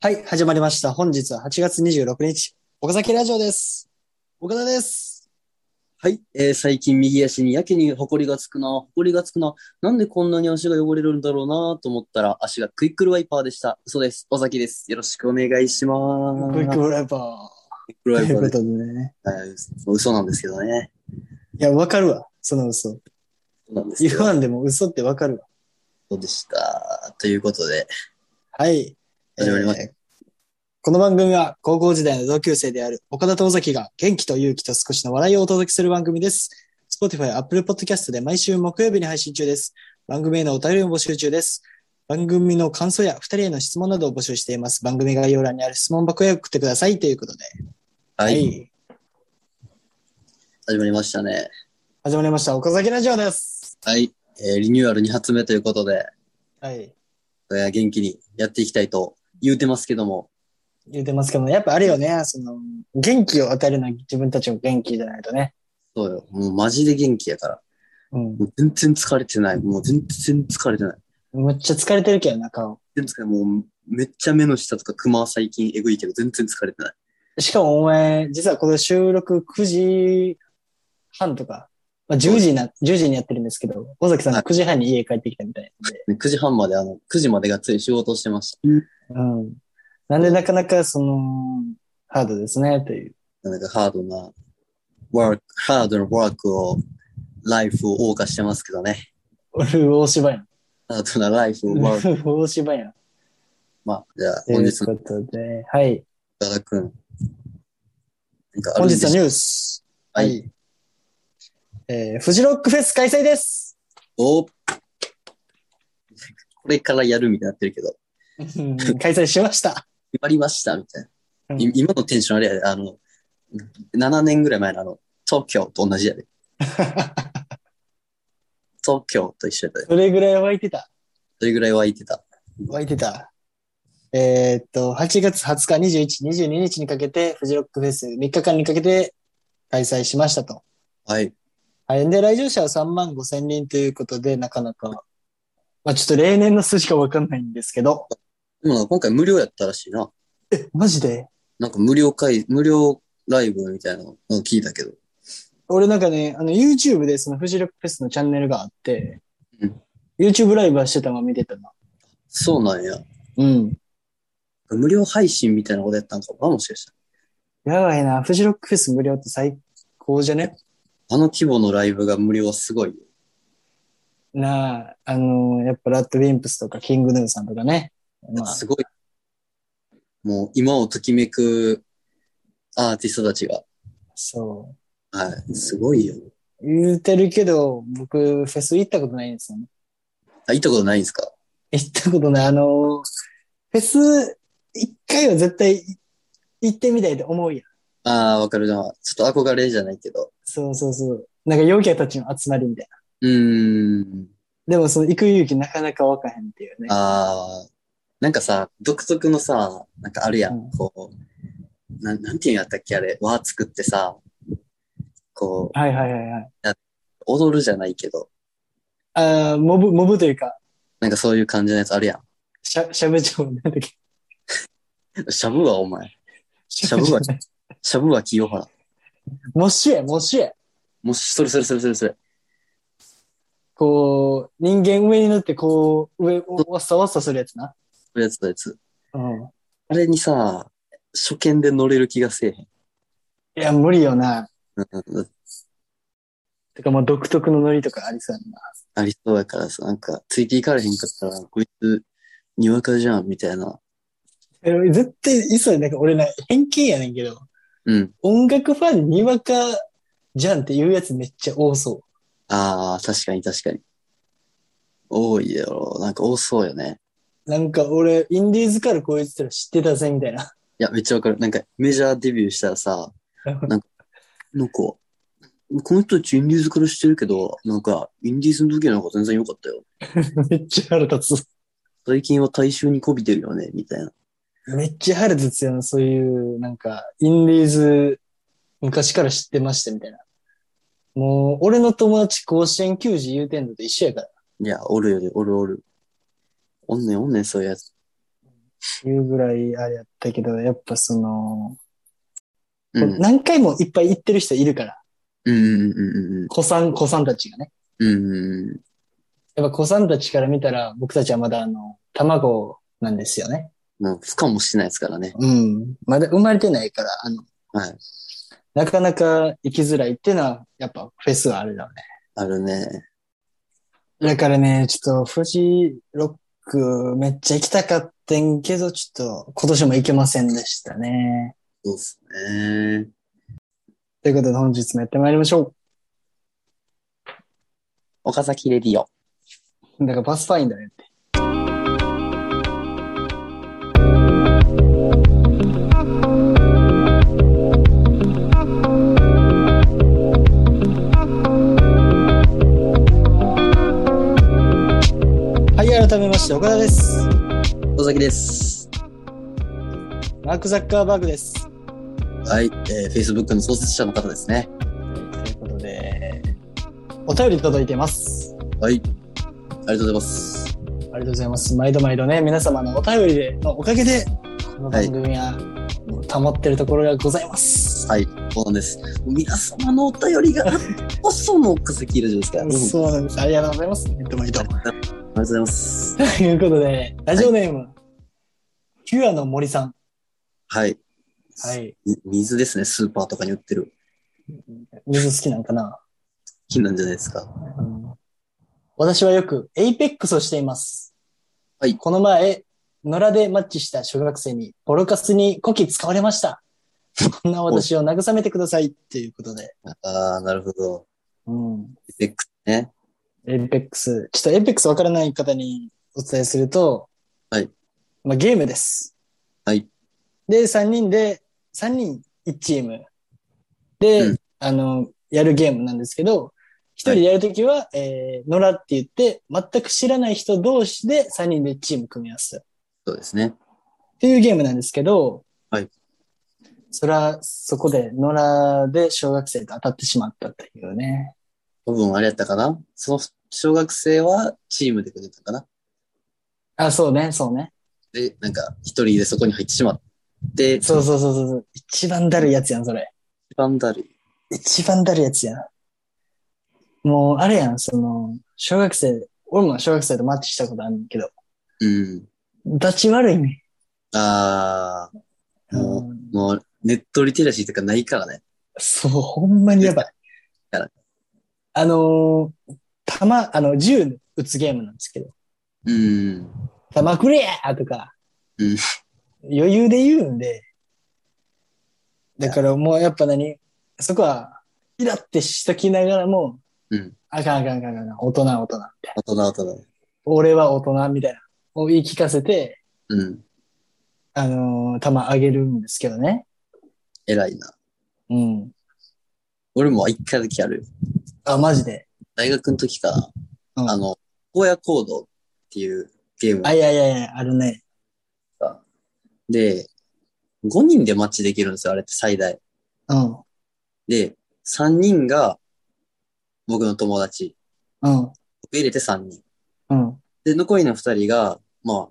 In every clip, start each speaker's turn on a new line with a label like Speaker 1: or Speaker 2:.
Speaker 1: はい、始まりました。本日は8月26日、岡崎ラジオです。岡田です。。
Speaker 2: はい、えー、最近右足にやけに埃がつくな、埃がつくな、なんでこんなに足が汚れるんだろうなと思ったら、足がクイックルワイパーでした。嘘です。尾崎です。よろしくお願いします
Speaker 1: クイックルワイパー。クイックルワイパー。ということでね。
Speaker 2: はい、嘘なんですけどね。
Speaker 1: いや、わかるわ。その嘘。
Speaker 2: そうなんです
Speaker 1: 言わんでも嘘ってわかるわ。
Speaker 2: そうでした。ということで。
Speaker 1: はい。
Speaker 2: 始まりました。えー
Speaker 1: この番組は高校時代の同級生である岡田と尾崎が元気と勇気と少しの笑いをお届けする番組です。Spotify、Apple Podcast で毎週木曜日に配信中です。番組へのお便りも募集中です。番組の感想や二人への質問などを募集しています。番組概要欄にある質問箱へ送ってくださいということで。
Speaker 2: はい。はい、始まりましたね。
Speaker 1: 始まりました。岡崎ラジオです。
Speaker 2: はい。えー、リニューアル2発目ということで。
Speaker 1: はい。
Speaker 2: 元気にやっていきたいと言うてますけども。
Speaker 1: 言うてますけどやっぱあれよね、その、元気を与えるのは自分たちも元気じゃないとね。
Speaker 2: そうよ。もうマジで元気やから。
Speaker 1: うん。
Speaker 2: 全然疲れてない。もう全然疲れてない。
Speaker 1: むっちゃ疲れてるけどな、顔。。
Speaker 2: 全然疲れもう、めっちゃ目の下とか熊最近えぐいけど、全然疲れてない
Speaker 1: しかもお前、実はこの収録9時半とか、まあ、10時な、10時にやってるんですけど、尾崎さん9時半に家帰ってきたみたい
Speaker 2: で。9時半まで、あの、9時までがっつり仕事をしてました。
Speaker 1: うん。なんでなかなかその、ハードですね、という。
Speaker 2: なんかハードな、ワーク、ハードなワークを、ライフを謳歌してますけどね。
Speaker 1: 俺、大芝やん。
Speaker 2: ハードなライフをワ
Speaker 1: ク。
Speaker 2: ー
Speaker 1: 大芝やん。
Speaker 2: まあ、じゃあ、本日
Speaker 1: の。ということで、はい。
Speaker 2: 岡田くん。
Speaker 1: 本日のニュース。
Speaker 2: はい。はい、
Speaker 1: えー、フジロックフェス開催 です
Speaker 2: おこれからやるみたいになってるけど。
Speaker 1: 開催しました。
Speaker 2: 決まりましたみたいな。うん、今のテンションあれやで、あの、7年ぐらい前のあの、東京と同じや で。東京と一緒やで。
Speaker 1: それぐらい湧いてた。
Speaker 2: それぐらい湧いてた。
Speaker 1: 湧いてた。えー、っと、8月20日、21、22日にかけて、フジロックフェス3日間にかけて開催しましたと。
Speaker 2: はい。
Speaker 1: はい。で、来場者は3万5千人ということで、なかなか、まあちょっと例年の数しかわかんないんですけど。
Speaker 2: でも今回無料やったらしいな。
Speaker 1: え、マジで
Speaker 2: なんか無料会、無料ライブみたいなの聞いたけど。
Speaker 1: 俺なんかね、あの YouTube でそのフジロックフェスのチャンネルがあって、
Speaker 2: うん、
Speaker 1: YouTube ライブはしてたの見てたな。
Speaker 2: そうなんや。
Speaker 1: うん。
Speaker 2: 無料配信みたいなことやったんかもしかした
Speaker 1: やばいな。フジロックフェス無料って最高じゃね
Speaker 2: あの規模のライブが無料はすごい。
Speaker 1: なあ、あのー、やっぱラッドウィンプスとかキングヌーさんとかね。
Speaker 2: まあ、すごい。もう今をときめくアーティストたちが。。
Speaker 1: そう
Speaker 2: はい。すごいよ。
Speaker 1: 言うてるけど、僕、フェス行ったことないんですよね。
Speaker 2: あ、行ったことないんですか
Speaker 1: 行ったことない。あの、フェス、一回は絶対行ってみたいと思うやん。
Speaker 2: ああ、わかるな。ちょっと憧れじゃないけど。
Speaker 1: そうそうそう。なんか、陽キャたちの集まりみたい
Speaker 2: な。うーん。
Speaker 1: でも、その、行く勇気なかなかわかへんっていうね。
Speaker 2: ああ、なんかさ、独特のさ、なんかあるやん、うん、こう、ななんていうんやったっけ、あれ、和作ってさ、こ
Speaker 1: う、はいはいはいはい。
Speaker 2: 踊るじゃないけど。
Speaker 1: ああ、モブ、モブというか。
Speaker 2: なんかそういう感じのやつあるやん。
Speaker 1: しゃ、しゃぶちゃぶなんだっけ。
Speaker 2: しゃぶはお前。しゃぶは、しゃぶは清原。
Speaker 1: もしえ、もしえ。
Speaker 2: もし、それそれそれそれそれ。
Speaker 1: こう、人間上に乗ってこう、上、わっさわっさするやつな。
Speaker 2: そうやつだやつ。
Speaker 1: うん。
Speaker 2: あれにさ、初見で乗れる気がせえへん。い
Speaker 1: や、無理よな。
Speaker 2: うん。
Speaker 1: てか、まあ、独特のノリとかありそうや
Speaker 2: な。ありそうやからさ、なんか、ついていかれへんかったら、こいつ、にわかじゃん、みたいな。
Speaker 1: え、絶対、いそうやなんか俺な、偏見やねんけど。
Speaker 2: うん。
Speaker 1: 音楽ファンにわかじゃんっていうやつめっちゃ多そう。
Speaker 2: ああ、確かに確かに。多いやろ。なんか多そうよね。
Speaker 1: なんか俺、インディーズからこいつら知ってたぜ、みたいな。い
Speaker 2: や、めっちゃわかる。なんか、メジャーデビューしたらさ、なんか、なんか、この人たちインディーズから知ってるけど、なんか、インディーズの時なんか全然良かったよ。
Speaker 1: めっちゃ腹立つ。
Speaker 2: 最近は大衆に媚びてるよね、みたいな。
Speaker 1: めっちゃ腹立つよな、そういう、なんか、インディーズ、昔から知ってました、みたいな。もう、俺の友達甲子園球児言うてんのと一緒やから。
Speaker 2: いや、おるよね、おるおる。おんねんおんねん、そういうやつ。
Speaker 1: いうぐらいあれやったけど、やっぱその、
Speaker 2: うん。
Speaker 1: 何回もいっぱい行ってる人いるから、
Speaker 2: うんうんうん
Speaker 1: 子さん、子さんたちがね。
Speaker 2: うん。うんうん。
Speaker 1: やっぱ子さんたちから見たら、僕たちはまだあの、卵なんですよね。
Speaker 2: もう、負荷もしてないですからね。
Speaker 1: うん。まだ生まれてないから、あの、
Speaker 2: はい。
Speaker 1: なかなか行きづらいっていうのは、やっぱフェスはあるだろうね。
Speaker 2: あるね。
Speaker 1: だからね、ちょっと富士ロックめっちゃ行きたかったんけど、ちょっと今年も行けませんでしたね。
Speaker 2: そうっすね。
Speaker 1: ということで本日もやってまいりましょ
Speaker 2: 岡崎レディオ。
Speaker 1: う。だからパスファインダーやって。はい、改めまして岡田です。
Speaker 2: 尾崎です。
Speaker 1: マーク・ザッカーバーグです。
Speaker 2: はい。えー、Facebook の創設者の方ですね。
Speaker 1: ということで、お便り届いています。
Speaker 2: はい。ありがとうございます。
Speaker 1: ありがとうございます。毎度毎度ね、皆様のお便りのおかげで、この番組は保ってるところがございます。
Speaker 2: はい。そうなんです。皆様のお便りがあってこその岡崎レディオですから。うんあ
Speaker 1: そうなんです。ありがとうございます。毎度毎度。
Speaker 2: りがとうございます。
Speaker 1: ということで、ラジオネーム、キュアの森さん。
Speaker 2: はい。
Speaker 1: はい。
Speaker 2: み水ですね。スーパーとかに売ってる。
Speaker 1: 水好きなんかな、
Speaker 2: 金なんじゃないですか。
Speaker 1: うん私はよくエイペックスをしています。
Speaker 2: はい
Speaker 1: この前、野良でマッチした小学生に、ボロカスにコキ使われま した。そんな私を慰めてくださいっていうことで。
Speaker 2: ああ、なるほど。
Speaker 1: うん。
Speaker 2: エックね。
Speaker 1: エイペックス。ちょっとエイペックスわからない方にお伝えすると、
Speaker 2: はい。
Speaker 1: まあゲームです。
Speaker 2: はい。
Speaker 1: で、3人で、3人1チーム。で、
Speaker 2: うん
Speaker 1: あの、やるゲームなんですけど、1人でやるときは、えー、野良って言って、全く知らない人同士で3人でチーム組み合わせたっ
Speaker 2: そうですね。
Speaker 1: ていうゲームなんですけど、
Speaker 2: はい。
Speaker 1: そら、そこで野良で小学生と当たってしまったっていうね。
Speaker 2: 多分あれやったかなその小学生はチームでくれたかな
Speaker 1: あ、そうね、そうね。
Speaker 2: で、なんか一人でそこに入ってしまって、
Speaker 1: そうそうそうそうそう。一番だるいやつやん、それ。
Speaker 2: 一番だるい。
Speaker 1: 一番だるいやつやな。もう、あれやん、その、小学生、俺も小学生とマッチしたことあるんだけど、
Speaker 2: うん。
Speaker 1: ダチ悪いね。
Speaker 2: ああ、もう
Speaker 1: うん
Speaker 2: もう、ネットリテラシーとかないからね。
Speaker 1: そう、ほんま にやばい
Speaker 2: やばい。
Speaker 1: あのー、弾、あの、銃撃つゲームなんですけど、
Speaker 2: うん。
Speaker 1: 弾くれやとか、
Speaker 2: うん
Speaker 1: 余裕で言うんで、だからもうやっぱ何そこは、イラってしときながらも、
Speaker 2: うん。
Speaker 1: あかんあかんあかんあかん、大人大人。
Speaker 2: 大人大人。
Speaker 1: 俺は大人みたいな、を言い聞かせて、
Speaker 2: うん。
Speaker 1: あのー、弾あげるんですけどね。
Speaker 2: 偉いな。
Speaker 1: うん。
Speaker 2: 俺も一回だけあるよ。
Speaker 1: あ、マジで。
Speaker 2: 大学の時かな。
Speaker 1: うん
Speaker 2: あの、荒野行動っていうゲーム
Speaker 1: あ、いやいやいや、あるね。
Speaker 2: で、5人でマッチできるんですよ、あれって最大。
Speaker 1: うん。
Speaker 2: で、3人が僕の友達。
Speaker 1: うん。
Speaker 2: 僕入れて3人。
Speaker 1: うん。
Speaker 2: で、残りの2人が、まあ、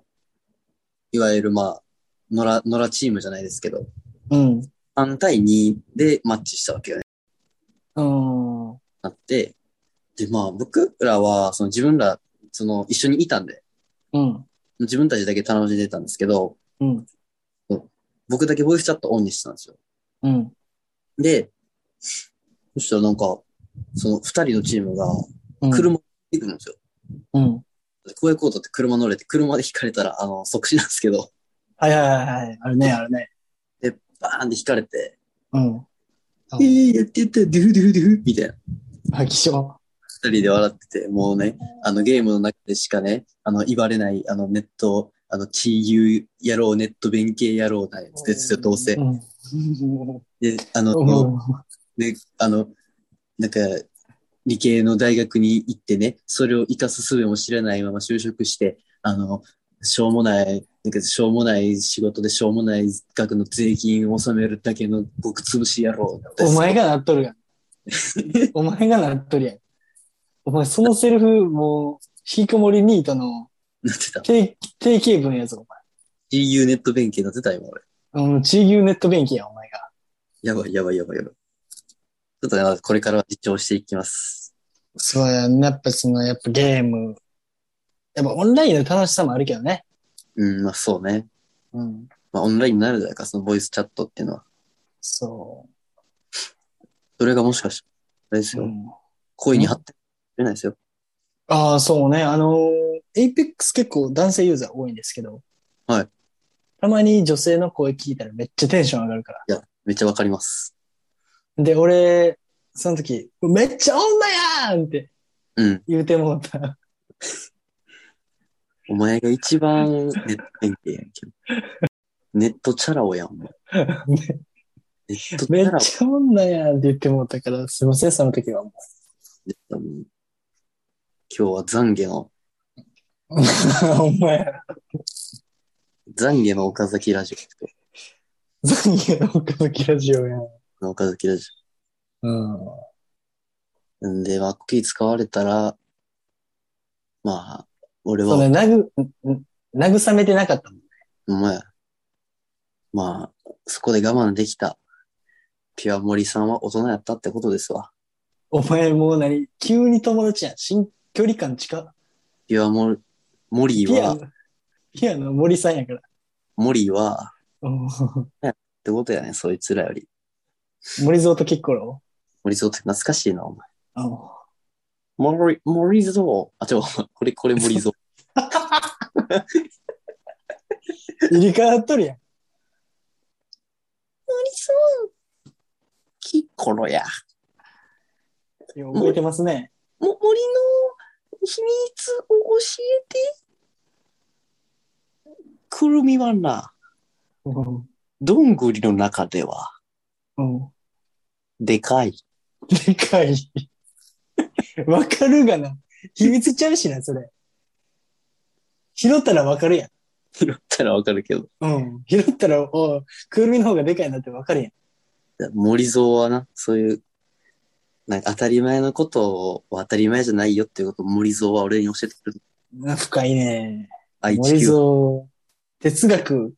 Speaker 2: いわゆるまあ、野良、野良チームじゃないですけど、
Speaker 1: うん。
Speaker 2: 3対2でマッチしたわけよね。
Speaker 1: うん。うん。
Speaker 2: なって、で、まあ、僕らは、その自分ら、その一緒にいたんで、
Speaker 1: うん。
Speaker 2: 自分たちだけ楽しんでたんですけど、
Speaker 1: うん。
Speaker 2: 僕だけボイスチャットオンにしてたんですよ。
Speaker 1: うん。
Speaker 2: で、そしたらなんか、その2人のチームが、
Speaker 1: うん。
Speaker 2: 車乗ってくるんですよ。
Speaker 1: うん。
Speaker 2: 公園コートって車乗れて、車で引かれたら、あの、即死なんですけど、
Speaker 1: はいはいはいはい。あるね、あるね。
Speaker 2: で、バーンって引かれて、
Speaker 1: うん。
Speaker 2: えー、やってやった、ドゥフドゥフドゥフみたいな。
Speaker 1: あ、気象。
Speaker 2: 二人で笑ってて、もうね、あのゲームの中でしかね、あの、言われない、あの、ネット、あの、チーユー野郎、ネット弁慶野郎なやつですよ、どうせ
Speaker 1: う。ん。
Speaker 2: で、あの、
Speaker 1: うん。
Speaker 2: ね、あの、なんか、理系の大学に行ってね、それを活かす術も知らないまま就職して、あの、しょうもない、なんかしょうもない仕事でしょうもない額の税金を納めるだけの僕潰し野郎です
Speaker 1: お前がなっとるや ん。お前がなっとるやん。お前、そのセルフ、もう、引きこもりニートの
Speaker 2: なってた。
Speaker 1: 定定型文やぞ、お前。
Speaker 2: EU ネット弁慶なってたよ、俺。
Speaker 1: うん、チー牛ネット便器や、お前が。
Speaker 2: やばいやばいやばいやばい。ちょっとねこれからは実証していきます。
Speaker 1: そうやんな、やっぱその、やっぱゲーム。やっぱオンラインの楽しさもあるけどね。
Speaker 2: うん、まあそうね。
Speaker 1: うん。
Speaker 2: まあオンラインになるだから、そのボイスチャットっていうのは。
Speaker 1: そ
Speaker 2: それがもしかして、あれです
Speaker 1: う。
Speaker 2: よ。
Speaker 1: うん、
Speaker 2: 恋に発展しれないですよ。
Speaker 1: ああ、そうね。あの、エイペックス結構男性ユーザー多いんですけど。
Speaker 2: はい。
Speaker 1: たまに女性の声聞いたらめっちゃテンション上がるから。
Speaker 2: いや、めっちゃわかります。
Speaker 1: で、俺、その時、めっちゃ女やんって
Speaker 2: うん。
Speaker 1: 言うてもうた。
Speaker 2: お前が一番ネット弁慶やんけど。ネットチャラ男やん、お前。ネットチ
Speaker 1: め
Speaker 2: ャ
Speaker 1: っ
Speaker 2: ラ男
Speaker 1: ちゃ女やんって言ってもうたから、すいません、その時はも
Speaker 2: でしたもん今日は懺悔の、
Speaker 1: う。 お前、
Speaker 2: 懺悔の岡崎ラジオ。
Speaker 1: ザニーの岡崎ラジオやん。
Speaker 2: の岡崎ラジ
Speaker 1: うん。
Speaker 2: オ。んで、まあ、コキー使われたら、まあ、俺
Speaker 1: そ
Speaker 2: は
Speaker 1: れ、、なぐ、ん慰めてなかったもん。
Speaker 2: お前、まあ、そこで我慢できた、ピュア森さんは大人やったってことですわ。
Speaker 1: お前もう何急に友達やん。新距離感近っ。
Speaker 2: ピュアモ森
Speaker 1: ピア
Speaker 2: は
Speaker 1: ノ、、ピアノ森さんやから。
Speaker 2: 森は、
Speaker 1: うん
Speaker 2: ってことやね、そいつらより。
Speaker 1: 森蔵とキッコロ
Speaker 2: 森蔵って懐かしいな、お前。
Speaker 1: うん
Speaker 2: 森、森蔵。あ、ちょ、 これ、これ森蔵。
Speaker 1: 入れ替わっとるやん。
Speaker 2: 森蔵キッコロや。
Speaker 1: いや覚えてますね。
Speaker 2: も森の秘密を教えて。くるみはな、
Speaker 1: うん
Speaker 2: どんぐりの中では、
Speaker 1: うん
Speaker 2: でかい。
Speaker 1: でかい。わかるがな。秘密ちゃうしな、それ。拾ったらわかるやん。
Speaker 2: 拾ったらわかるけど。
Speaker 1: うん。拾ったら、おうクールミの方がでかいなってわかるやん。
Speaker 2: 森蔵はな、そういう、なんか当たり前のことを当たり前じゃないよっていうことを森蔵は俺に教えてくれる。
Speaker 1: な深いね。
Speaker 2: 愛知
Speaker 1: 森
Speaker 2: 級。
Speaker 1: 蔵。哲学、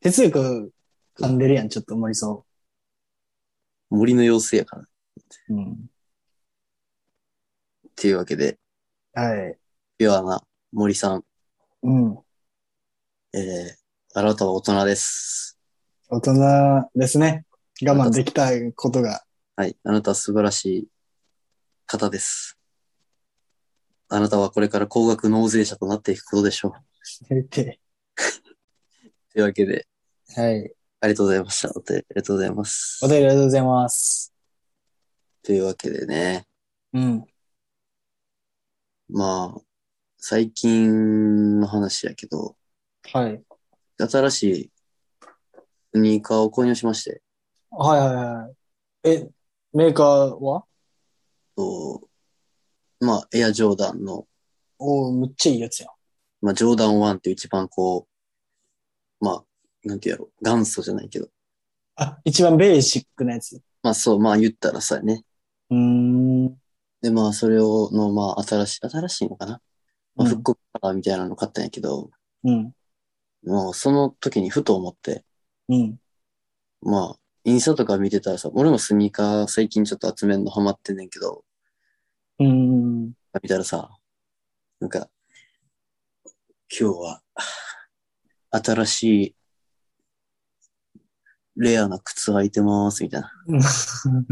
Speaker 1: 哲学噛んでるやん、ちょっと森蔵。
Speaker 2: 森の妖精やから。っ
Speaker 1: うん。
Speaker 2: ていうわけで、
Speaker 1: はい。
Speaker 2: ピュアな森さん、
Speaker 1: うん。
Speaker 2: えー、あなたは大人です。
Speaker 1: 大人ですね。我慢できたことが。
Speaker 2: はい。あなたは素晴らしい方です。あなたはこれから高額納税者となっていくことでしょう。
Speaker 1: って
Speaker 2: というわけで、
Speaker 1: はい。
Speaker 2: ありがとうございました。お手ありがとうございます
Speaker 1: お。便りありがとうございます。
Speaker 2: というわけでね、
Speaker 1: うん。
Speaker 2: まあ、最近の話やけど、
Speaker 1: はい。
Speaker 2: 新しいスニーカーを購入しまして、
Speaker 1: はいはいはい。え、メーカーは
Speaker 2: とまあ、エアジョーダンの、
Speaker 1: おおめっちゃいいやつやん。
Speaker 2: まあ、ジョーダン1っていう一番こう、まあ、なんていうやろ、元祖じゃないけど、
Speaker 1: あ、一番ベーシックなやつ。う
Speaker 2: まあそう、まあ言ったらさね、
Speaker 1: ーん。うん。
Speaker 2: で、まあ、それを、の、まあ、新しい、新しいのかな、まあ、復刻カラーみたいなの買ったんやけど、
Speaker 1: うん。
Speaker 2: もう、その時にふと思って、
Speaker 1: うん。
Speaker 2: まあ、インスタとか見てたらさ、俺もスニーカー最近ちょっと集めるのハマってんねんけど、
Speaker 1: うん。
Speaker 2: 見たらさ、なんか、今日は、新しい、レアな靴履いてます、みたいな。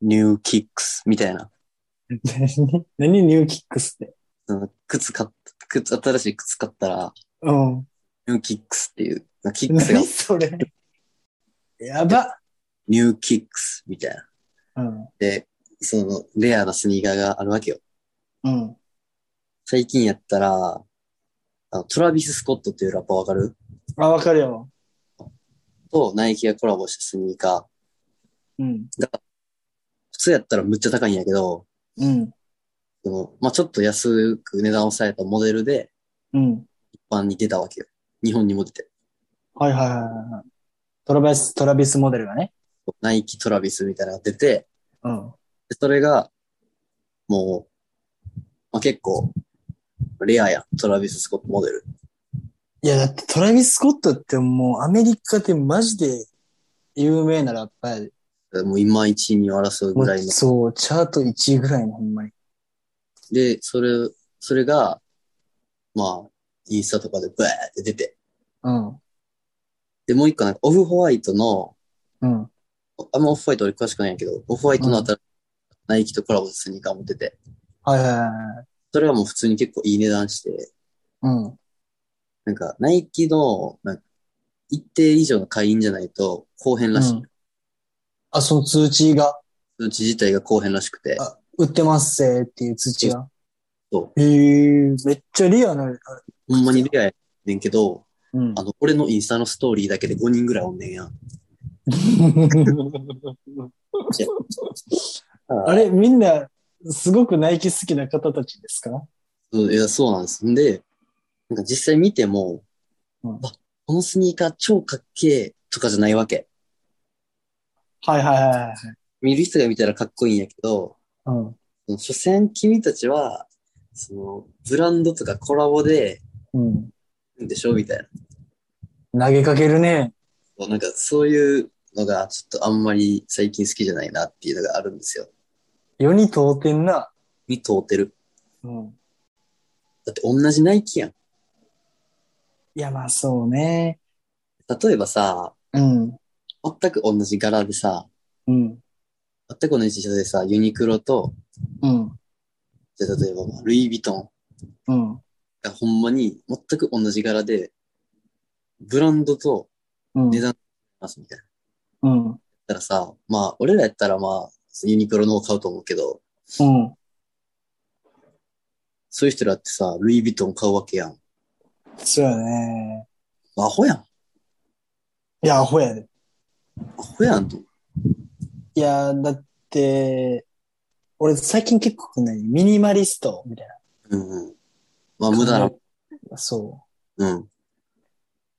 Speaker 2: ニューキックス、みたいな。
Speaker 1: 何何ニューキックスって。
Speaker 2: その靴買っ靴、新しい靴買ったら、
Speaker 1: うん。
Speaker 2: ニューキックスっていう、キックスが
Speaker 1: 何それ。やば。
Speaker 2: ニューキックスみたいな。
Speaker 1: うん。
Speaker 2: で、その、レアなスニーカーがあるわけよ。
Speaker 1: うん。
Speaker 2: 最近やったら、あの、トラビス・スコットっていうラッパーわかる
Speaker 1: あ、わかるよ。
Speaker 2: と、ナイキがコラボしたスニーカー。
Speaker 1: うん。
Speaker 2: 普通やったらむっちゃ高いんやけど、
Speaker 1: うん。
Speaker 2: その、まあ、ちょっと安く値段を抑えたモデルで、
Speaker 1: うん。
Speaker 2: 一般に出たわけよ。日本にも出て。
Speaker 1: はいはいはいはい。トラビス、トラビスモデルがね。
Speaker 2: ナイキ・トラビスみたいなのが出て、
Speaker 1: うん。
Speaker 2: でそれが、もう、まあ、結構、レアやん。トラビス・スコットモデル。
Speaker 1: いや、だってトラビス・スコットってもうアメリカでマジで有名なラッパーやで。
Speaker 2: もう今1位に争う
Speaker 1: も
Speaker 2: ぐ
Speaker 1: う
Speaker 2: らいの。
Speaker 1: そう、チャート1位ぐらいの、ほんまに。
Speaker 2: で、それ、それが、まあ、インスタとかでブワーって出て。
Speaker 1: うん。
Speaker 2: で、もう一個なんか、オフホワイトの、
Speaker 1: うん。
Speaker 2: あんまオフホワイト俺詳しくないんやけど、オフホワイトの新しいナイキとコラボしたスニーカー持ってて、
Speaker 1: はいはいはい
Speaker 2: それはもう普通に結構いい値段して、
Speaker 1: はい。うん。
Speaker 2: なんか、ナイキの、なんか、一定以上の会員じゃないと、後編らしい。
Speaker 1: うんあ、その通知が、
Speaker 2: うち自体が後編らしくて、
Speaker 1: あ売ってますせーっていう通知が。
Speaker 2: そ
Speaker 1: へえー、めっちゃリアな、あれ
Speaker 2: ほんまにレアやねんけど、
Speaker 1: うん
Speaker 2: あ。の、俺のインスタのストーリーだけで5人ぐらいおんねんやん。
Speaker 1: あれ、みんな、すごくナイキ好きな方たちですか
Speaker 2: うんいや、そうなんです。んで、なんか実際見ても、
Speaker 1: うん
Speaker 2: あ、このスニーカー超かっけえとかじゃないわけ。
Speaker 1: はいはいはいはい。
Speaker 2: 見る人が見たらかっこいいんやけど、
Speaker 1: うん。
Speaker 2: その所詮君たちは、その、ブランドとかコラボで、
Speaker 1: うん。
Speaker 2: でしょみたいな。
Speaker 1: 投げかけるね。
Speaker 2: こうなんかそういうのがちょっとあんまり最近好きじゃないなっていうのがあるんですよ。
Speaker 1: 世に通ってんな。
Speaker 2: に通ってる。
Speaker 1: うん。
Speaker 2: だって同じナイキやん。
Speaker 1: いや、まあそうね。
Speaker 2: 例えばさ、
Speaker 1: うん。
Speaker 2: 全く同じ柄でさ、
Speaker 1: うん。
Speaker 2: 全く同じ T シャツでさ、ユニクロと、
Speaker 1: うん。
Speaker 2: じゃあ例えばまあルイ・ヴィトン
Speaker 1: うん。
Speaker 2: がほんまに全く同じ柄で、ブランドと
Speaker 1: うん。
Speaker 2: 値段が違いますみたいな。
Speaker 1: うん。うん。
Speaker 2: だからさ、まあ俺らやったらまあ、ユニクロの方買うと思うけど、そういう人らってさ、ルイ・ヴィトン買うわけやん。
Speaker 1: そうやね。
Speaker 2: アホやん。
Speaker 1: いや、アホやで。
Speaker 2: アホやんと。
Speaker 1: いや、だって、俺最近結構ね、ミニマリストみたい
Speaker 2: うんうん。まあ
Speaker 1: な。
Speaker 2: 無駄な。
Speaker 1: そ
Speaker 2: うん。
Speaker 1: う。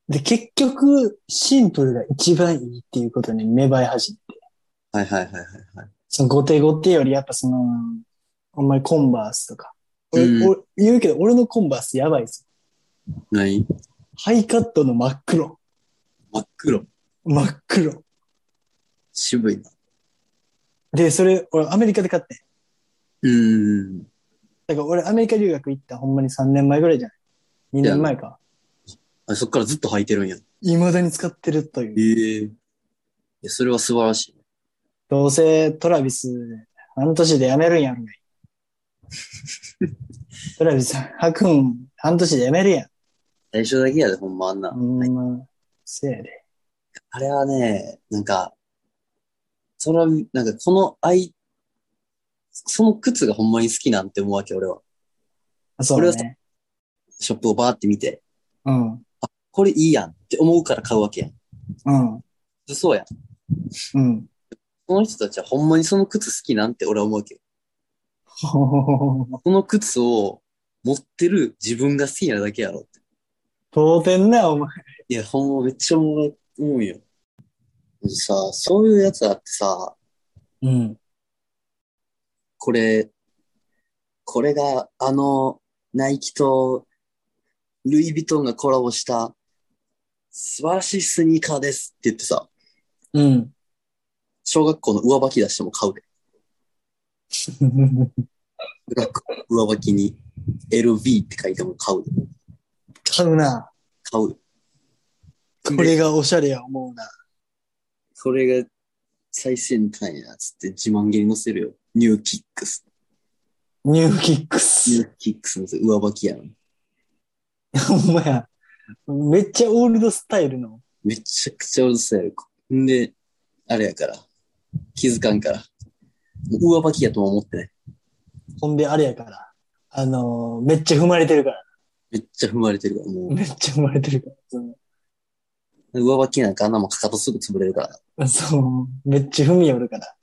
Speaker 1: で、結局、シンプルが一番いいっていうことに芽生え始めて。
Speaker 2: はいはいはいはいはい。
Speaker 1: その後手後手よりやっぱその、あんまりコンバースとか。俺、
Speaker 2: うん
Speaker 1: 俺言うけど、俺のコンバースやばいです。
Speaker 2: 何
Speaker 1: ハイカットの真っ黒。
Speaker 2: 真っ黒。
Speaker 1: 真っ黒。
Speaker 2: 渋いな。
Speaker 1: で、それ、俺アメリカで買って。
Speaker 2: うーん。
Speaker 1: だから俺アメリカ留学行ったほんまに3年前ぐらいじゃない ?2 年前か。
Speaker 2: あそっからずっと履いてるんや。
Speaker 1: 未だに使ってるという。
Speaker 2: ええ。いや、それは素晴らしい。
Speaker 1: どうせトラビス、半年で辞めるんやろね。 トラビス、ハクン、半年で辞めるやん。
Speaker 2: 最初だけやで、ほんまあんな。
Speaker 1: ほんま、せやで。
Speaker 2: あれはね、なんか、その、なんかこの愛、その靴がほんまに好きなんて思うわけ、俺は。
Speaker 1: そうね。
Speaker 2: ショップをバーって見て、
Speaker 1: うん。
Speaker 2: これいいやんって思うから買うわけやん。
Speaker 1: うん。
Speaker 2: そうやん。
Speaker 1: うん。
Speaker 2: その人たちはほんまにその靴好きなんて俺は思うわけよ。
Speaker 1: ほほほほほ
Speaker 2: その靴を持ってる自分が好きなだけやろって。
Speaker 1: 当然な、お前。
Speaker 2: いや、ほんまめっちゃおもろい思うよ。でさ、そういうやつだってさ、
Speaker 1: うん。
Speaker 2: これ、これがあの、ナイキとルイ・ヴィトンがコラボした素晴らしいスニーカーですって言ってさ、
Speaker 1: うん。
Speaker 2: 小学校の上履き出しても買うで。学校の上履きに LV って書いても買うで。
Speaker 1: 買うな。
Speaker 2: 買うよ。
Speaker 1: これがおしゃれや思うな。
Speaker 2: それが最先端やつって自慢げに載せるよ。ニューキックス。
Speaker 1: ニューキック
Speaker 2: ニ
Speaker 1: ス。
Speaker 2: ューキックスの上履きやの。
Speaker 1: ほんまや。めっちゃオールドスタイルの。
Speaker 2: めちゃくちゃうるさいよ。んで、あれやから。気づかんから。もう上履きやとも思ってない。
Speaker 1: ほんであれやから。あのーめっちゃ踏まれてるから。
Speaker 2: めっちゃ踏まれてるから、も
Speaker 1: めっちゃ踏まれてるから。
Speaker 2: う。上履きなんかあんなもんかかとすぐ潰れるか ら。
Speaker 1: そうそう。めっちゃ踏み寄るから。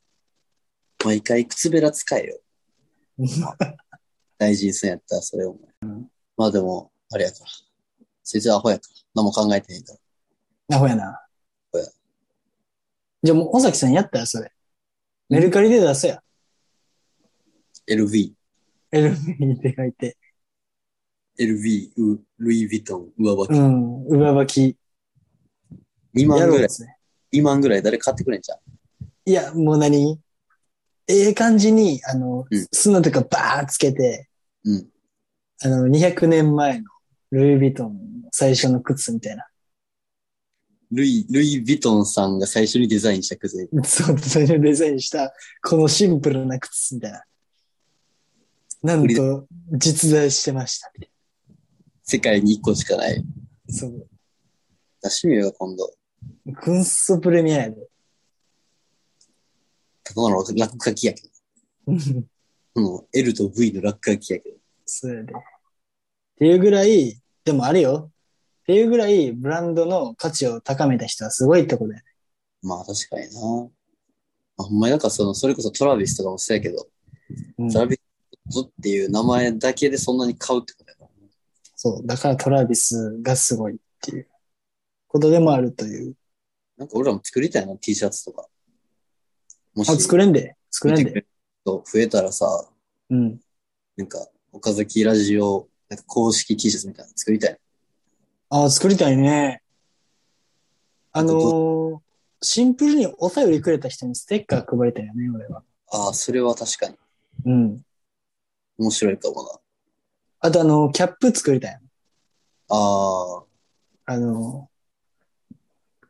Speaker 2: 毎回靴べら使えよ。大事にすんやったらそれを。まあでも、あれやから。そいつはアホやから。何も考えてへんから。
Speaker 1: アホやな
Speaker 2: ほや。
Speaker 1: じゃあもう尾崎さんやったらそれ。メルカリで出せや。
Speaker 2: LV。
Speaker 1: LV で書いて。
Speaker 2: LV、うルイ・ヴィトン、上履き。
Speaker 1: うん。上履き。
Speaker 2: 2万
Speaker 1: 野郎
Speaker 2: ぐら
Speaker 1: で
Speaker 2: い、
Speaker 1: すね。
Speaker 2: 2万ぐらい誰買ってくれんじゃん。
Speaker 1: いや、もう何ええ感じに、あの、
Speaker 2: うん
Speaker 1: 砂とかバーつけて、
Speaker 2: うん。
Speaker 1: あの、200年前のルイ・ヴィトンの最初の靴みたいな。
Speaker 2: ルイ、ルイ・ヴィトンさんが最初にデザインした靴。
Speaker 1: そう、それでデザインした、このシンプルな靴みたいな。なんと、実在してました。
Speaker 2: 世界に1個しかない。
Speaker 1: そう。
Speaker 2: 出してみるよ、今度。
Speaker 1: クンソプレミアやで。
Speaker 2: ただの落書きやけど。うん。L と V の落書きやけど。
Speaker 1: そうやで。っていうぐらい、でもあれよ。っていうぐらい、ブランドの価値を高めた人はすごいってことだよね。
Speaker 2: まあ確かにな。あほんまになんかその、それこそトラビスとかもそうやけど、
Speaker 1: うん
Speaker 2: トラビスっていう名前だけでそんなに買うってことやから。
Speaker 1: そう。だからトラビスがすごいっていうことでもあるという。
Speaker 2: なんか俺らも作りたいな、T シャツとか。も
Speaker 1: あ、作れんで。作れん
Speaker 2: 見てく
Speaker 1: で。
Speaker 2: れる人増えたらさ、
Speaker 1: うん。
Speaker 2: なんか、岡崎ラジオ、なんか公式 T シャツみたいなの作りたい。
Speaker 1: ああ、作りたいね。あのーシンプルにお便りくれた人にステッカー配りたいよね、俺は。
Speaker 2: ああ、それは確かに
Speaker 1: うん。
Speaker 2: 面白いかもな。
Speaker 1: あとあのーキャップ作りたい。
Speaker 2: ああ、
Speaker 1: あのー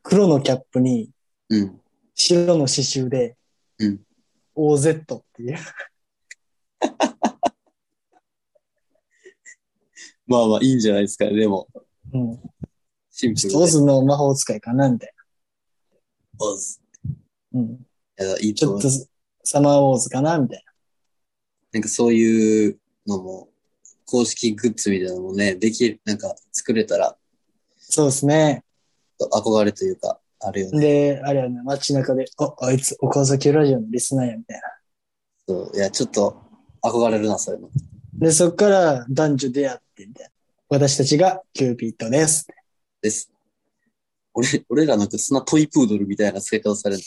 Speaker 1: 黒のキャップに
Speaker 2: うん。
Speaker 1: 白の刺繍で、
Speaker 2: うん。
Speaker 1: OZ っていう。
Speaker 2: まあまあ、いいんじゃないですか、でも。
Speaker 1: うん。
Speaker 2: シンプルで。
Speaker 1: オズの魔法使いかな、みたい
Speaker 2: オズ
Speaker 1: な。うん。
Speaker 2: いや、いい
Speaker 1: ち
Speaker 2: と
Speaker 1: ょ
Speaker 2: 思
Speaker 1: っ
Speaker 2: う
Speaker 1: と。サマーウォーズかな、みたい
Speaker 2: なんかそういうのも、公式グッズみたいなのもね、できる、なんか作れたら、
Speaker 1: な。そうですね。
Speaker 2: 憧れというか、あるよね。
Speaker 1: で、あれはね、街中で、あ、あいつ、岡崎ラジオのリスナーや、みたいな。
Speaker 2: そういや、ちょっと憧れるな、そういうの。
Speaker 1: で、そっから男女出会って、みたいな。私たちがキューピッドです。
Speaker 2: です。俺、俺らなんかそんなトイプードルみたいな使い方される。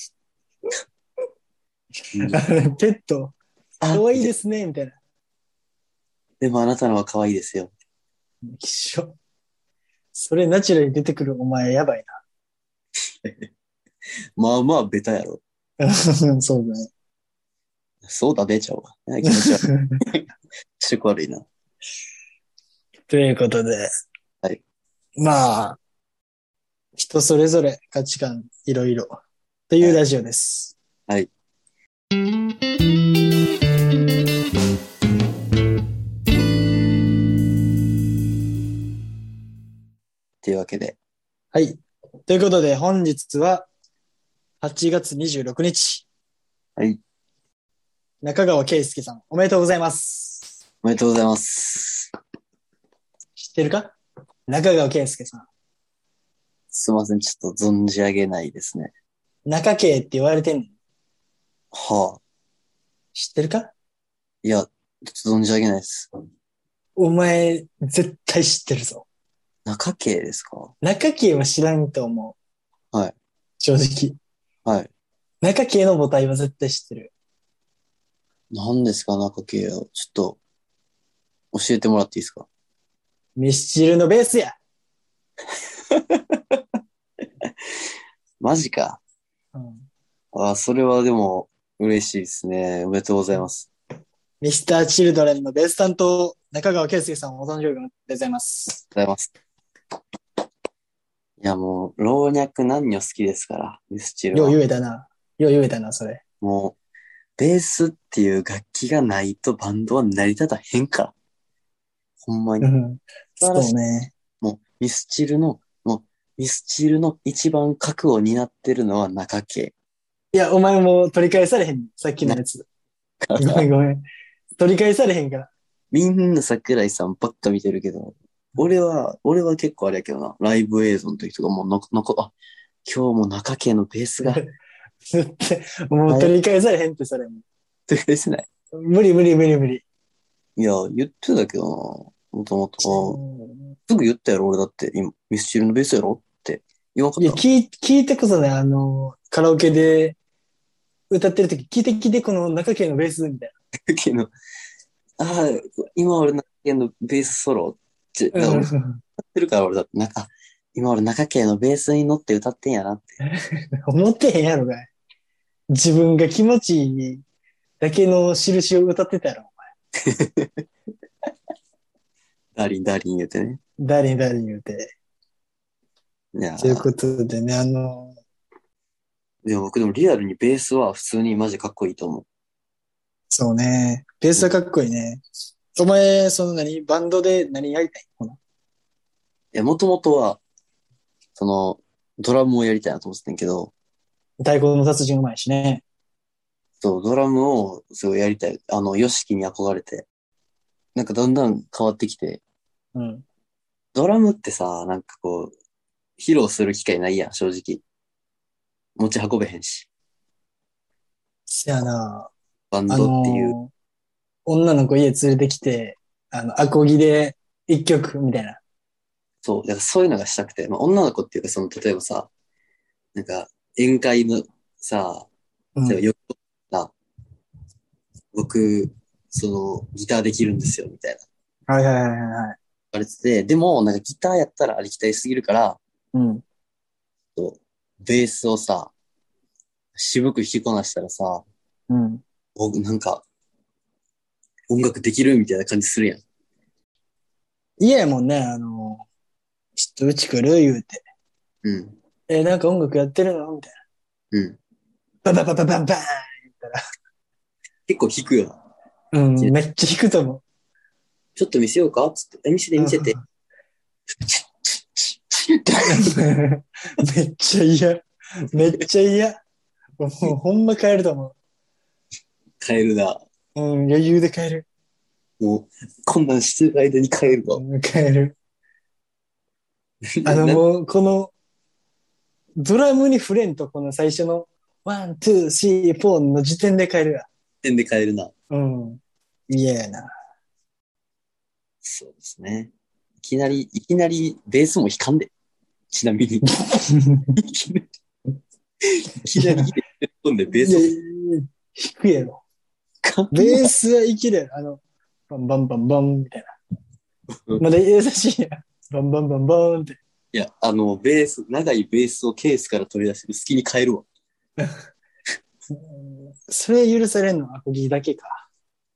Speaker 2: うん
Speaker 1: ペット、
Speaker 2: あ
Speaker 1: 可愛いですね、みたいな。
Speaker 2: でもあなたのは可愛いですよ。
Speaker 1: 一緒。それナチュラルに出てくるお前やばい
Speaker 2: まあまあ、ベタやろ。
Speaker 1: な。 そうだね。
Speaker 2: そうだね、ちゃうわ。ね気 持ち悪い。気色悪いな。
Speaker 1: ということで。
Speaker 2: はい。
Speaker 1: まあ、人それぞれ価値観いろいろというラジオです。
Speaker 2: はい。っていうわけで、
Speaker 1: はい。ということで本日は8月26日。
Speaker 2: はい。
Speaker 1: 中川圭介さん、おめでとうございます。
Speaker 2: おめでとうございます。
Speaker 1: 知ってるか中川圭介さん。
Speaker 2: すいません、ちょっと存じ上げないですね。
Speaker 1: 中圭って言われてんの
Speaker 2: はあ。
Speaker 1: 知ってるか
Speaker 2: いや、ちょっと存じ上げないです。
Speaker 1: お前、絶対知ってるぞ。
Speaker 2: 中系ですか
Speaker 1: 中圭は知らんと思う。
Speaker 2: はい。
Speaker 1: 正直。
Speaker 2: はい。
Speaker 1: 中圭の母体は絶対知ってる。
Speaker 2: 何ですか、中系を。ちょっと、教えてもらっていいですか
Speaker 1: ミスチルのベースや。
Speaker 2: マジか。
Speaker 1: うん。
Speaker 2: ああ、それはでも、嬉しいですね。おめでとうございます。
Speaker 1: ミスターチルドレンのベース担当、中川圭介さんお誕生日おめでとうございます。
Speaker 2: ございます。いや、もう、老若男女好きですから、ミスチル
Speaker 1: よう
Speaker 2: は。
Speaker 1: 言えたな。よう言えたな、それ。
Speaker 2: もう、ベースっていう楽器がないとバンドは成り立たへんから。ほんま
Speaker 1: う
Speaker 2: に。
Speaker 1: ん。そうね。
Speaker 2: もう、ミスチルの、もう、ミスチルの一番核を担ってるのは中系。
Speaker 1: いや、お前もう取り返されへん。さっきのやつ。ご めんごめん。取り返されへんから。
Speaker 2: みんな桜井さんばっか見てるけど、俺は、俺は結構あれやけどな、ライブ映像の時とかもうのこ、のこ、あ、今日も中系のベ ースが、
Speaker 1: 絶対、もう取り返されへんって、それ。
Speaker 2: ですね。
Speaker 1: 無理無理無理無理。
Speaker 2: いや、言ってたけどな、もともと。すぐ言ったやろ、俺だって。今、ミスチルのベースやろって。言わんか
Speaker 1: いや、
Speaker 2: った。
Speaker 1: 聞い聞いてこそね、あの、カラオケで歌ってる時聞いて聞いて、この中家の ベースみたい
Speaker 2: けどああ、今俺ののベースソロち
Speaker 1: う
Speaker 2: だから
Speaker 1: ん
Speaker 2: 俺歌ってるから俺だって、なんか、今俺中家のベースに乗って歌ってんやなって。
Speaker 1: 思ってへんやろがい。自分が気持ちいいだけの印を歌ってたやろ。
Speaker 2: ダーリン、ダーリン言うてね。
Speaker 1: 誰に誰に言うて。
Speaker 2: いやー
Speaker 1: ということでね、あの、
Speaker 2: でも僕でもリアルにベースは普通にマジかっこいいと思う。
Speaker 1: そうね。ベースはかっこいいね。お前、その何バンドで何やりたいほない
Speaker 2: や、もともとは、その、ドラムをやりたいなと思ってたんやけど、
Speaker 1: 太鼓の達人うまいしね。
Speaker 2: そう、ドラムをすごいやりたい。あの、ヨシキに憧れて。なんかだんだん変わってきて、
Speaker 1: うん。
Speaker 2: ドラムってさ、なんかこう、披露する機会ないやん、正直。持ち運べへんし。
Speaker 1: せやな。
Speaker 2: バン
Speaker 1: あ
Speaker 2: ド
Speaker 1: の
Speaker 2: っていう。
Speaker 1: 女の子家連れてきて、あの、アコギで一曲みたいな。
Speaker 2: そう、だからそういうのがしたくて、まあ、女の子っていうか、その、例えばさ、なんか、宴会のさ、
Speaker 1: うん
Speaker 2: 例えばよくさ、僕、その、ギターできるんですよ、みたいな。
Speaker 1: はいはいはいはいはい。
Speaker 2: 言われてて、でも、なんかギターやったらありきたりすぎるから、
Speaker 1: うん。
Speaker 2: そうベースをさ、渋く弾きこなしたらさ、
Speaker 1: うん。
Speaker 2: 僕なんか、音楽できるみたいな感じするやん。
Speaker 1: 嫌やもんね、あの、ちょっとうち来る言うて。
Speaker 2: うん。
Speaker 1: えなんか音楽やってるのみたい
Speaker 2: うん。
Speaker 1: な。ババババババ
Speaker 2: 結構弾くよな。
Speaker 1: ーンうん、めっちゃ弾くと思う。
Speaker 2: ちょっと見せようかつって、え見せて見 せて。
Speaker 1: めっちゃ嫌。めっちゃ嫌。もうほんま帰ると思
Speaker 2: 帰るな。
Speaker 1: う。うん、余裕で帰る。
Speaker 2: もう、こんなんしてる間に帰るわ。
Speaker 1: うん帰る。あの
Speaker 2: な
Speaker 1: もう、この、ドラムに触れんと、この最初の、ワン、ツー、スリー、フォーの時点で帰るわ。
Speaker 2: 点で帰るな。
Speaker 1: うん。嫌やな。
Speaker 2: そうですね。いきなり、いきなり、ベースも弾かんで。ちなみに。いきなり、いきなり、飛んでベー
Speaker 1: いやいや
Speaker 2: ス
Speaker 1: いや弾くやろ。
Speaker 2: も弾かんで。
Speaker 1: ベースはいけるやろ。あの、バンバンバンバンみたいな。まだ優しいやん。バンバンバンバンって。
Speaker 2: いや、あの、ベース、長いベースをケースから取り出して、薄きに変えるわ。
Speaker 1: それ許されんのはアコギだけか。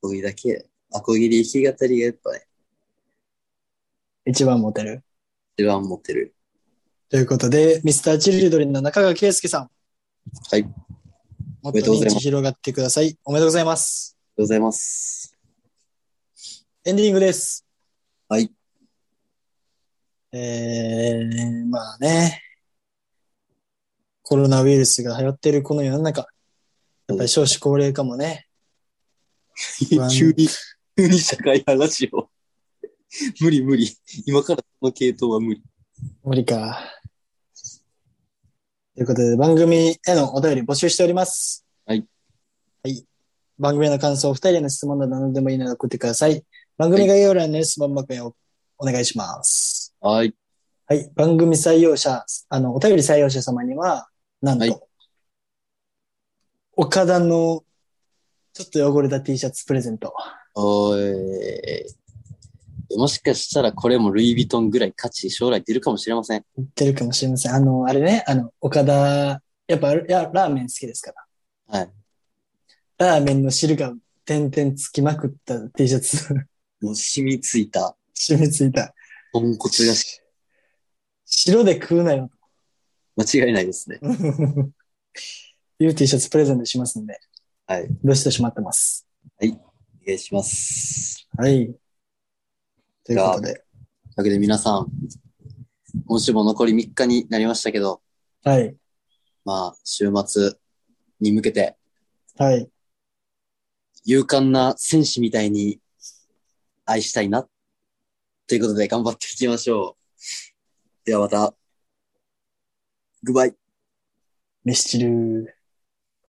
Speaker 2: こぎだけ、アコギで弾き語りがやっぱね、
Speaker 1: 一番モテる。
Speaker 2: 一番持ってる。
Speaker 1: ということで、ミスターチルドレンの中川圭介さん。
Speaker 2: はい
Speaker 1: もっ
Speaker 2: めでと
Speaker 1: と
Speaker 2: うござい
Speaker 1: 認
Speaker 2: ます
Speaker 1: 知広がってください。おめでとうございます。
Speaker 2: ありがとうございます。
Speaker 1: エンディングです。
Speaker 2: はい。
Speaker 1: えー、まあね。コロナウイルスが流行ってるこの世の中。やっぱり少子高齢化もね、
Speaker 2: 急に、急に社会派ラジオ。無理無理。今からこの系統は無理。
Speaker 1: 無理か。ということで、番組へのお便り募集しております。
Speaker 2: はい。
Speaker 1: はい。番組への感想、お二人への質問など何でもいいので送ってください。番組概要欄に質問箱へおお願いします。
Speaker 2: はい。
Speaker 1: はい。番組採用者、あの、お便り採用者様には、なんと、
Speaker 2: はい
Speaker 1: 岡田のちょっと汚れた T シャツプレゼント。
Speaker 2: おーい。もしかしたらこれもルイ・ヴィトンぐらい価値、将来出るかもしれません。
Speaker 1: 出るかもしれません。あの、あれね、あの、岡田、やっぱ、いやラーメン好きですから。
Speaker 2: はい。
Speaker 1: ラーメンの汁が点々つきまくった T シャツ、
Speaker 2: もう染みついた、
Speaker 1: 染みついた。
Speaker 2: ポンコツがし
Speaker 1: 白で食うなよ。
Speaker 2: 間違いないですね。
Speaker 1: いう T シャツプレゼントしますんで、
Speaker 2: はい。
Speaker 1: どしどし待ってます。
Speaker 2: お願いします。
Speaker 1: はい。ということで、
Speaker 2: というわけで皆さん、今週も残り3日になりましたけど、
Speaker 1: はい、
Speaker 2: まあ、週末に向けて、
Speaker 1: はい、
Speaker 2: 勇敢な戦士みたいに愛したいな。ということで頑張っていきましょう。ではまた。グッバイ。
Speaker 1: ミスチル。